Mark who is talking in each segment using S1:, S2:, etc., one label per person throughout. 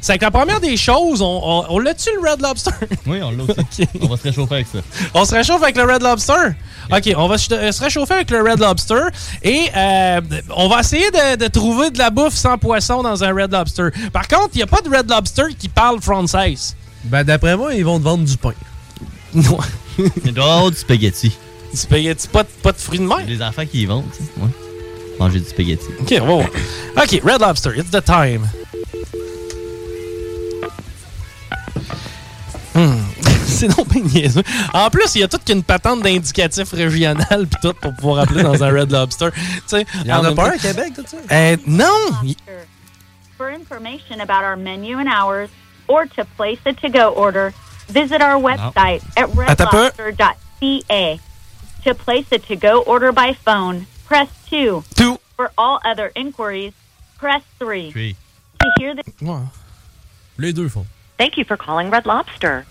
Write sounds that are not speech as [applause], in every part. S1: C'est que la première des choses, on, on, on l'a-tu le Red Lobster?
S2: [laughs] Oui, on l'a aussi. On va se réchauffer avec ça.
S1: on se réchauffe avec le Red Lobster? OK, on va se euh, se réchauffer avec le Red Lobster et euh, on va essayer de, de trouver de la bouffe sans poisson dans un Red Lobster. Par contre, il n'y a pas de Red Lobster qui parle français.
S3: Ben, d'après moi, ils vont te vendre du pain.
S1: Non.
S2: Il doit y avoir du spaghetti.
S1: Spaghetti, pas de, pas de fruits de mer.
S2: Les enfants qui y vont, tu sais. Ouais. Manger du spaghetti.
S1: OK, on va voir. OK, Red Lobster, it's the time. Hmm, [laughs] C'est non bien niaiseux. En plus, il y a toute qu'une patente d'indicatif régional puis tout pour pouvoir appeler dans un Red Lobster. Tu sais,
S3: Il y en a
S1: même
S3: pas un
S1: temps-
S3: à Québec, tout ça?
S1: Euh, non! il-
S4: For information about our menu and hours or to place a to-go order, visit our website at
S1: Attends un peu.
S4: redlobster.ca. To place a to-go order by phone, press 2.
S1: Tout!
S4: For all other inquiries, press 3.
S2: Puis,
S4: To hear the
S1: Ouais.
S3: Les deux font.
S4: Thank you for calling Red Lobster.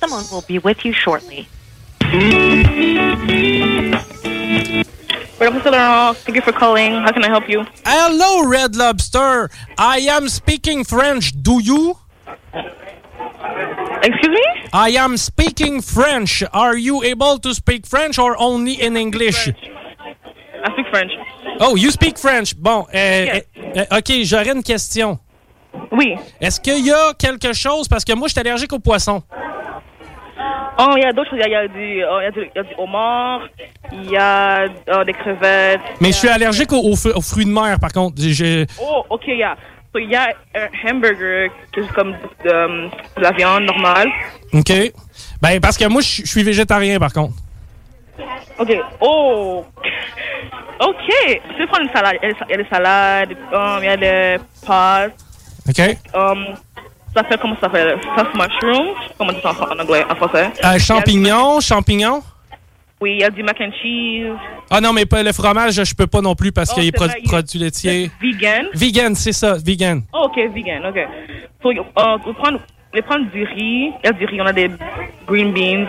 S4: Someone will be with you shortly. Thank you for calling. How can I help you?
S1: Hello, Red Lobster! I am speaking French, do you?
S4: Excuse me?
S1: I am speaking French. Are you able to speak French or only in English?
S4: I speak French.
S1: Oh, you speak French. Bon, euh, euh, euh, OK, j'aurais une question.
S4: Oui.
S1: Est-ce qu'il y a quelque chose, parce que moi, je suis allergique aux poissons.
S4: Oh, il y a d'autres choses. Il y a du, oh, il y a du, il y a du homard, il y a euh, des crevettes.
S1: Mais je suis allergique aux, aux fru- aux fruits de mer, par contre. Je-
S4: Oh, OK, il y a. so, il y a un hamburger qui est comme euh, de la viande normale.
S1: OK. Ben, parce que moi, je je suis végétarien, par contre.
S4: OK. Oh! OK! Tu peux prendre une salade. Il y a des- il y a des salades, euh, il y a des pâtes.
S1: OK? Euh,
S4: Um, ça fait comment ça s'appelle? Stuffed mushroom? Comment ça s'appelle en anglais, en français?
S1: Euh, champignons, champignons.
S4: Oui, il y a du mac and cheese.
S1: Ah non, mais pas le fromage, je peux pas non plus parce
S4: Oh,
S1: qu'il y a
S4: c'est
S1: pro-
S4: vrai, il-
S1: produits laitiers.
S4: Vegan.
S1: Vegan, c'est ça, vegan.
S4: Oh, ok, vegan, ok. So, euh, vous prendre, vous prendre du riz. Il y a du riz, on a des green beans.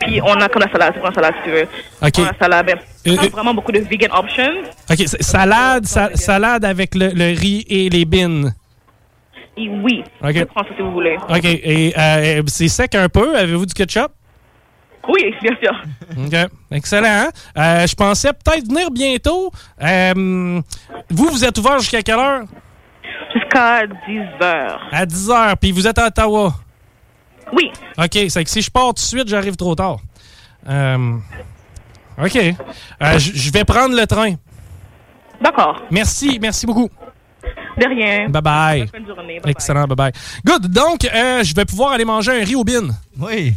S4: Puis on a comme la salade, tu prends la salade si tu veux.
S1: Ok.
S4: On a la salade. Ben,
S1: Euh,
S4: prends
S1: euh.
S4: vraiment beaucoup de vegan options.
S1: OK, c'est- salade, sa- salade avec le, le riz et les bines.
S4: Et oui,
S1: Ok.
S4: je prends ça si vous voulez.
S1: OK, et euh, c'est sec un peu. Avez-vous du ketchup?
S4: Oui, bien sûr.
S1: OK. Excellent. Euh, je pensais peut-être venir bientôt. Euh, vous, vous êtes ouvert jusqu'à quelle heure?
S4: Jusqu'à 10 heures.
S1: À 10 h puis vous êtes à Ottawa.
S4: Oui,
S1: OK, c'est que si je pars tout de suite, j'arrive trop tard. Euh, OK. Euh, j- Je vais prendre le train. D'accord. Merci, merci beaucoup.
S5: De rien.
S1: Bye bye.
S5: Bonne journée.
S1: Excellent, bye bye. Good. Donc, euh, je vais pouvoir aller manger un riz au bin. Oui.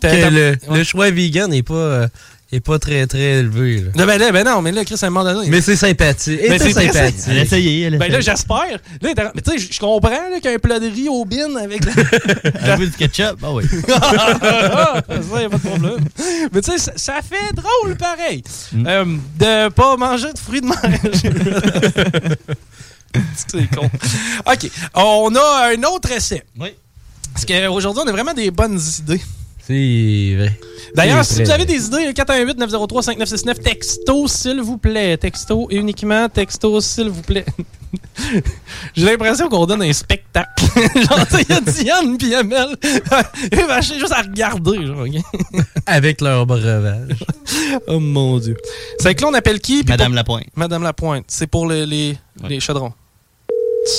S3: Que le, le choix vegan n'est pas, euh, est pas très très élevé. là.
S1: Ben, là, ben non, mais là, Chris, à un moment donné.
S3: Mais c'est sympathique. Et
S1: Ben,
S3: c'est
S1: très
S3: sympathique.
S1: sy- Ben là, j'espère. Là, il est arr- Mais tu sais, je- je comprends là, qu'un plat de riz au bin avec.
S2: [laughs] Un peu de ketchup, ah
S1: [laughs]
S2: oui.
S1: ça, y a pas de problème. Mais tu sais, ça, ça fait drôle pareil.
S2: Mm.
S1: Euh, de pas manger de fruits de mer. [laughs] c'est con. OK. On a un autre essai.
S2: Oui.
S1: Parce qu'aujourd'hui, on a vraiment des bonnes idées.
S3: C'est vrai.
S1: D'ailleurs, si
S3: C'est
S1: vous
S3: vrai.
S1: avez des idées, 418-903-5969, texto, s'il vous plaît. Texto et uniquement, texto, s'il vous plaît. [laughs] J'ai l'impression qu'on donne un spectacle. [laughs] genre, tu sais, il y a Diane puis Amel. [laughs] Eux, ben, j'ai juste à regarder. Genre, ok? [laughs]
S3: Avec leur breuvage.
S1: oh mon Dieu. C'est que là, on appelle qui?
S2: Madame
S1: Lapointe. Madame Lapointe. C'est pour les, les, les chaudrons.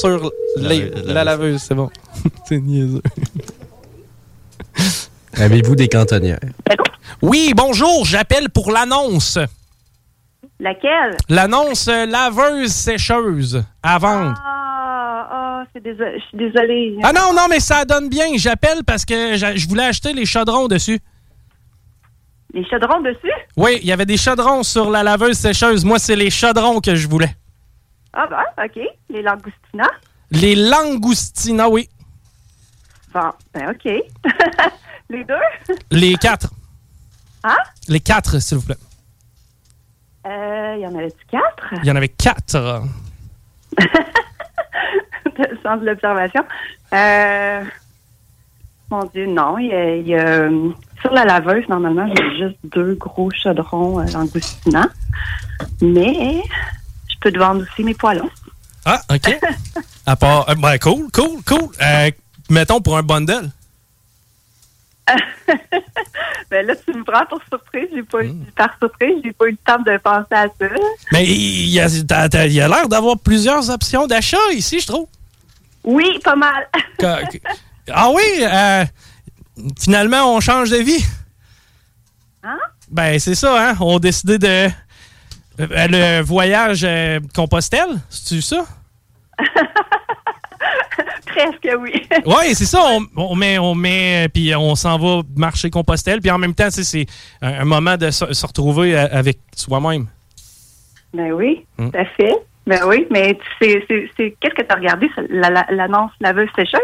S1: Sur les-
S2: laveuse.
S1: la laveuse, c'est bon. [laughs] c'est niaiseux.
S3: Avez-vous des cantonnières?
S1: Oui, bonjour, j'appelle pour l'annonce.
S4: Laquelle?
S1: L'annonce euh, laveuse sécheuse à vendre.
S4: Ah, ah, c'est déso- je suis désolée.
S1: Ah non, non, mais ça donne bien. J'appelle parce que j'a- je voulais acheter les chaudrons dessus.
S4: Les chaudrons dessus?
S1: Oui, il y avait des chaudrons sur la laveuse sécheuse. Moi, c'est les chaudrons que je voulais.
S4: Ah, bah, OK. Les langoustinas?
S1: Les langoustina, oui.
S4: Bon, ben, OK. [laughs] les deux?
S1: Les quatre.
S4: Hein?
S1: Les quatre, s'il vous plaît.
S4: Euh, Il y en avait-tu quatre?
S1: Il y en avait quatre.
S4: Le sens de l'observation. Euh, mon Dieu, non. Il y a, il y a- sur la laveuse, normalement, j'ai juste deux gros chaudrons euh, langoustinants. Mais je peux te vendre aussi mes poêlons.
S1: Ah,
S4: [laughs]
S1: OK. À part. euh, ben, cool, cool, cool. Euh, mettons pour un bundle.
S4: Ben là, tu me prends pour surprise. J'ai pas eu, par surprise, j'ai pas eu le temps de penser à ça.
S1: Mais il y a, t'as- t'as- il y a l'air d'avoir plusieurs options d'achat ici, je trouve.
S4: Oui, pas mal. [laughs]
S1: Que- que- ah oui, euh, finalement, on change de vie.
S4: Hein?
S1: Ben, c'est ça, hein? On a décidé de. euh, euh, le voyage euh, Compostelle, c'est-tu ça?
S4: Presque, oui.
S1: [laughs] Oui, c'est ça. On, on met, on met, euh, puis on s'en va marcher Compostelle. Puis en même temps, tu sais, c'est un, un moment de se, se retrouver euh, avec soi-même.
S4: Ben oui,
S1: Hmm.
S4: tout à fait. Ben oui, mais tu- c'est, c'est, c'est- qu'est-ce que tu as regardé? c'est la- la- l'annonce laveuse sécheuse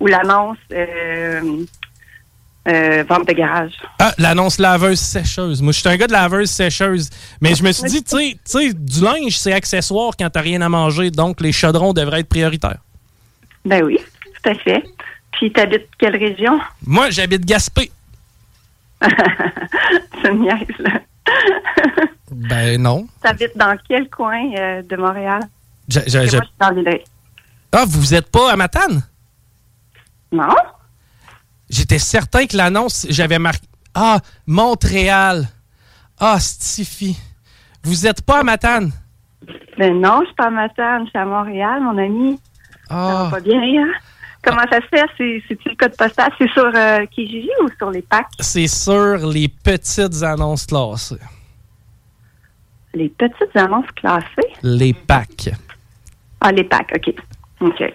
S4: ou l'annonce euh, euh, vente de garage?
S1: Ah, l'annonce laveuse sécheuse. Moi, je suis un gars de laveuse sécheuse. Mais je me suis dit, tu sais- tu sais, du linge, c'est accessoire quand t'as rien à manger. Donc, les chaudrons devraient être prioritaires.
S4: Ben oui, tout à fait. Puis t'habites quelle région?
S1: Moi, j'habite Gaspé.
S4: [laughs] C'est une niaise, là.
S1: Ben non.
S4: T'habites dans quel coin euh, de Montréal?
S1: Je- je- je-
S4: Moi, je suis dans l'île.
S1: Ah, vous êtes pas à Matane?
S4: Non?
S1: J'étais certain que l'annonce, j'avais marqué. Ah, Montréal. Ah, Stifi. Vous êtes pas à Matane?
S4: Ben non, je suis pas à Matane, je suis à Montréal, mon ami. Ça
S1: Ah.
S4: va pas bien, hein? Comment ça se fait? C'est, c'est-tu le code postal? C'est sur euh, Kijiji ou sur les packs?
S1: C'est sur les petites annonces classées.
S4: Les petites annonces classées?
S1: Les packs.
S4: Ah, les packs, OK. OK. Euh,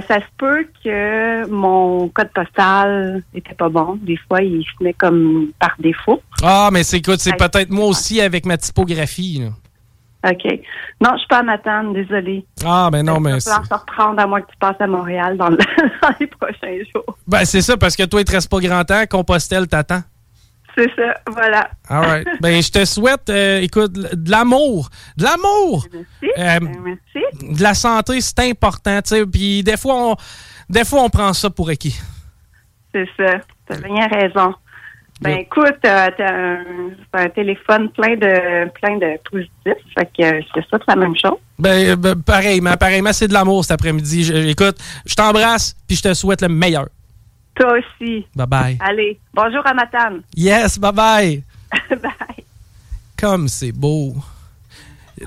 S4: ça se peut que mon code postal était pas bon. Des fois, il se met comme par défaut.
S1: Ah, mais c'est écoute, c'est peut-être moi aussi avec ma typographie. là.
S4: OK. Non, je suis pas à Matane, désolée.
S1: Ah, ben non, mais.
S4: Je vais
S1: c'est-
S4: en se reprendre à moins que tu passes à Montréal dans, le- [laughs] dans les prochains jours.
S1: Ben, c'est ça, parce que toi, il te reste pas grand temps. Compostelle t'attend.
S4: C'est ça, voilà.
S1: All
S4: [laughs]
S1: right. Ben, je te souhaite, euh, écoute, de l'amour. De l'amour!
S4: Eh ben,
S1: Euh, De la santé, c'est important, tu sais. Puis des fois, on, des fois, on prend ça pour acquis.
S4: C'est ça. T'as bien raison. Ben écoute, euh, t'as un, t'as un téléphone plein de plein de positifs. Fait que euh, je te souhaite la même chose.
S1: Ben, ben, pareillement, pareillement, c'est de l'amour cet après-midi. Je- Écoute, je t'embrasse, puis je te souhaite le meilleur.
S4: Toi aussi.
S1: Bye-bye.
S4: Allez, bonjour à Matane.
S1: Yes, bye-bye. Comme c'est beau.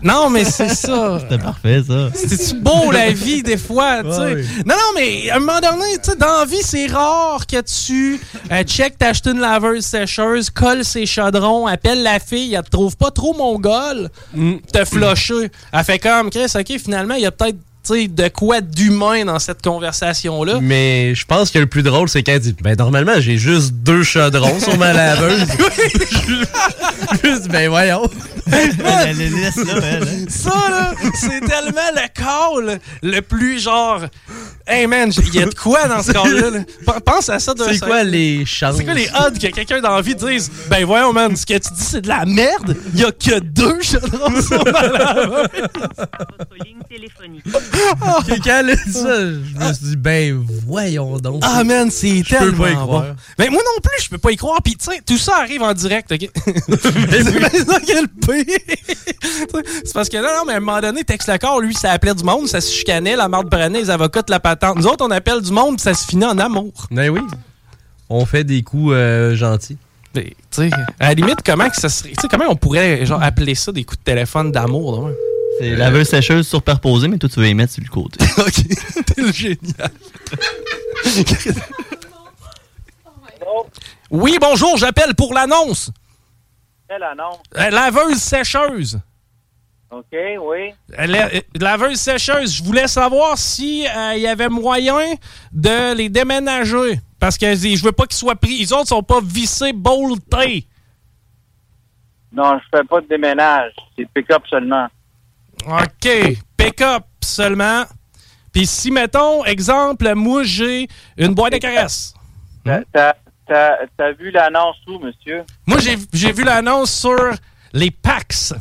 S1: Non, mais c'est ça.
S2: C'était parfait, ça.
S1: C'est beau la vie des fois, tu sais.
S2: Ouais, oui.
S1: Non, non, mais à un moment donné, tu sais, dans la vie, c'est rare que tu euh, check, t'achètes une laveuse sécheuse, colle ses chaudrons, appelle la fille, elle te trouve pas trop mongole,
S3: Mm.
S1: te floché. Elle fait comme, Chris, ok, finalement, il y a peut-être tu sais, de quoi d'humain dans cette conversation-là.
S3: Mais je pense que le plus drôle, c'est qu'elle dit Ben, normalement, j'ai juste deux chaudrons sur ma
S1: [laughs]
S3: laveuse. [laughs] juste, ben, voyons.
S2: Elle le laisse là, elle. hein.
S1: Ça, là, c'est tellement le call le plus genre. Hey man, j- il y a de quoi dans ce call-là? là? P- Pense à ça d'un
S3: C'est
S1: second.
S3: quoi les chances?
S1: C'est quoi les odds que quelqu'un dans la vie dise Ben voyons, man, ce que tu dis, c'est de la merde. Il y a que deux chaudrons sur ma lave.
S3: Puis quand elle a dit ça, je me suis dit, ben, voyons donc.
S1: Ah man,
S3: Je
S1: c'est
S3: peux
S1: tellement
S3: pas y
S1: bon.
S3: croire.
S1: Ben moi non plus, je peux pas y croire. Puis tu sais, tout ça arrive en
S3: [laughs]
S1: direct, ok? c'est ça qui est le pire. c'est parce que là, non, mais à un moment donné, texte le corps, lui, ça appelait du monde, ça se chicanait, la marde prenait, les avocats de la patente. Nous autres, on appelle du monde, puis ça se finit en amour.
S3: Ben oui. On fait des coups euh, gentils.
S1: Ben, tu sais, à la limite, comment que ça serait. Tu sais, comment on pourrait genre appeler ça des coups de téléphone
S3: [laughs]
S1: d'amour, non?
S2: C'est laveuse sécheuse superposée, mais toi, tu veux y mettre sur le côté.
S1: ok, t'es le génial. [laughs] oui, bonjour, j'appelle pour l'annonce.
S6: Quelle annonce?
S1: Euh, laveuse sécheuse.
S6: OK, oui.
S1: Euh, la- euh, laveuse sécheuse, je voulais savoir si euh, il y avait moyen de les déménager. Parce que je veux pas qu'ils soient pris. Ils autres sont pas vissés, boltés.
S6: Non, je fais pas de déménage. C'est pick-up seulement.
S1: OK. Pick-up seulement. Puis si, mettons, exemple, moi, j'ai une boîte de caresses.
S6: T'as, t'as, t'as vu l'annonce où, monsieur?
S1: Moi, j'ai- j'ai vu l'annonce sur les PAX.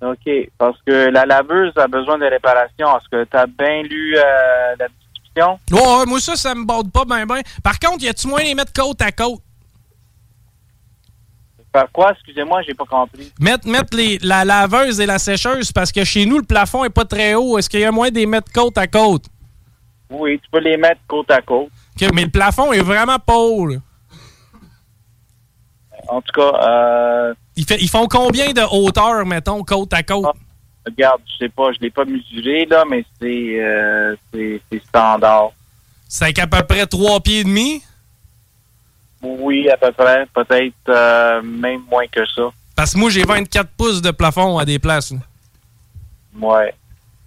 S6: OK, parce que la laveuse a besoin de réparation. Est-ce que t'as bien lu euh, la description?
S1: Ouais, ouais, moi, ça, ça me borde pas ben ben. Par contre, y a-tu moyen de les mettre côte à côte?
S6: Par quoi? Excusez-moi, j'ai pas compris.
S1: Mettre, mettre les, la laveuse et la sécheuse parce que chez nous, le plafond est pas très haut. Est-ce qu'il y a moyen de les mettre côte à côte?
S6: Oui, tu peux les mettre côte à côte.
S1: Ok, mais le plafond est vraiment pas haut. là.
S6: En tout cas, euh,
S1: Ils, fait- ils font combien de hauteur, mettons, côte à côte?
S6: Ah. regarde, je sais pas, je l'ai pas mesuré, là, mais c'est, euh, c'est, c'est standard.
S1: C'est qu'à peu près trois pieds et demi.
S6: Oui, à peu près. Peut-être euh, même moins que ça.
S1: Parce que moi, j'ai 24 pouces de plafond à des places. là.
S6: Ouais.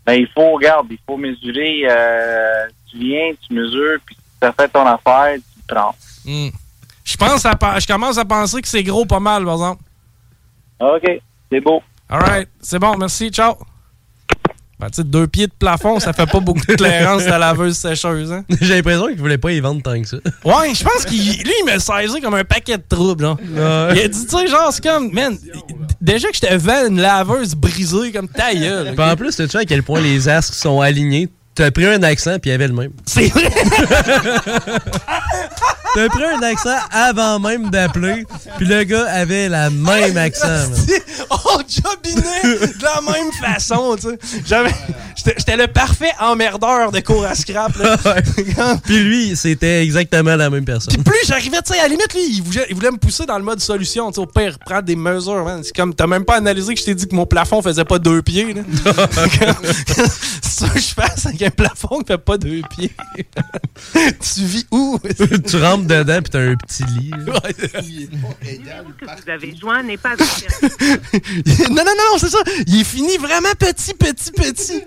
S6: Mais il faut, regarde, il faut mesurer. euh, tu viens, tu mesures, puis si ça fait ton affaire, tu le prends.
S1: Hmm. Je pense à pen- je commence à penser que c'est gros pas mal, par exemple.
S6: OK, c'est beau.
S1: All right, c'est bon, merci, ciao. Ben, tu sais, deux pieds de plafond, ça fait pas beaucoup de clairance de la laveuse sécheuse. Hein?
S3: [laughs] J'ai l'impression qu'il voulait pas y vendre tant que ça.
S1: Ouais, je pense qu'il lui, il me saisait comme un paquet de troubles. Là. Il a dit, tu sais, genre, c'est comme, man, déjà que je te vends une laveuse brisée comme ta gueule.
S3: Puis en plus, tu sais à quel point les astres sont alignés. T'as pris un accent, puis il y avait le même.
S1: C'est vrai!
S3: T'as pris un accent avant même d'appeler, puis le gars avait la même accent. man.
S1: on jobinait de la même façon, tu sais. J'avais- J'étais j'étais le parfait emmerdeur de cours à scrap.
S3: [laughs]
S1: là.
S3: puis lui, c'était exactement la même personne.
S1: Plus j'arrivais, tu sais, à la limite, lui, il voulait, il voulait me pousser dans le mode solution. Tu sais, au pire, prendre des mesures, man. C'est comme, t'as même pas analysé que je t'ai dit que mon plafond faisait pas deux
S3: [laughs]
S1: pieds, là. [laughs] C'est ça que je fasse avec un plafond qui fait pas deux pieds. [laughs] tu vis où?
S3: [laughs] tu rentres dedans, puis t'as un petit lit. là.
S7: que vous avez joint n'est pas
S1: [laughs] non, non, non, non, c'est ça. Il est fini vraiment petit, petit, petit.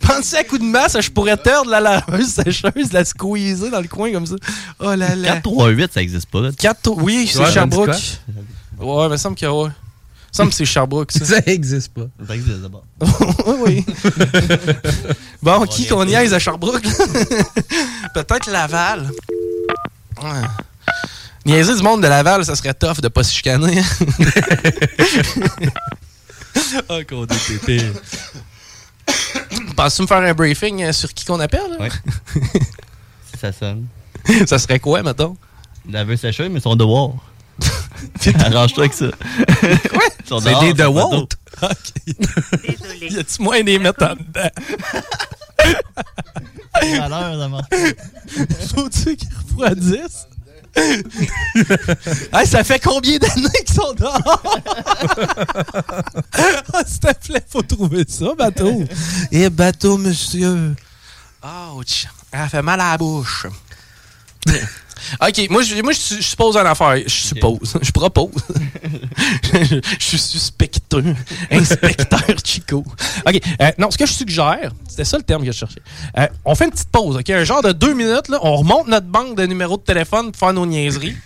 S1: [laughs] Pensez à coup de masse, je pourrais tordre la laveuse sécheuse, la squeezer dans le coin comme ça. Oh là là.
S2: 4-3-8, ça existe pas. là.
S1: 4 Oui, c'est
S2: Ouais,
S1: Sherbrooke.
S2: on dit
S1: Ouais, mais il semble que ouais. Il semble que c'est Sherbrooke. Ça,
S3: existe pas.
S2: Ça existe d'abord.
S1: [laughs] oui. bon, qui qu'on niaise à Sherbrooke? [laughs] Peut-être Laval. Ouais. Niaiser du monde de Laval, ça serait tough de pas se chicaner. [laughs] oh,
S3: Ah,
S1: qu'on est pépé. Penses-tu me faire un briefing euh, sur qui qu'on appelle? là?
S2: Ça sonne.
S8: [laughs]
S1: ça serait quoi, mettons?
S2: Laveuse sécheuse, mais ils sont dehors. Arrange-toi avec ça. [laughs] Ils sont
S1: C'est
S2: dehors,
S1: des
S2: ils sont
S1: dehors?
S2: pas d'eau.
S1: y a-tu moyen d'y mettre en dedans?
S2: Malheur, ça marche.
S1: Faut-tu qu'ils refroidissent?
S8: [laughs] Hey, ça fait combien d'années qu'ils sont dehors? [laughs] Ah, S'il te plaît, faut trouver ça, bateau.
S2: Eh,
S8: Et bateau, monsieur. Ouch. Elle fait mal à la bouche.
S1: OK, moi, je, moi, je su- je suppose une affaire. Je suppose. Je propose. je, je suis suspecteux. Inspecteur Chico. OK, euh, non, ce que je suggère, c'était ça le terme que je cherchais. Euh, on fait une petite pause, OK? Un genre de deux minutes, là, on remonte notre banque de numéros de téléphone pour faire nos niaiseries.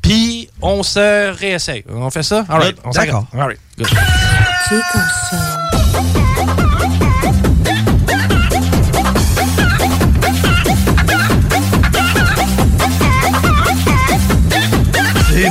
S1: Puis, on se réessaye. On fait ça? All right, on s'accorde.
S8: D'accord.
S1: All right, good.
S9: Du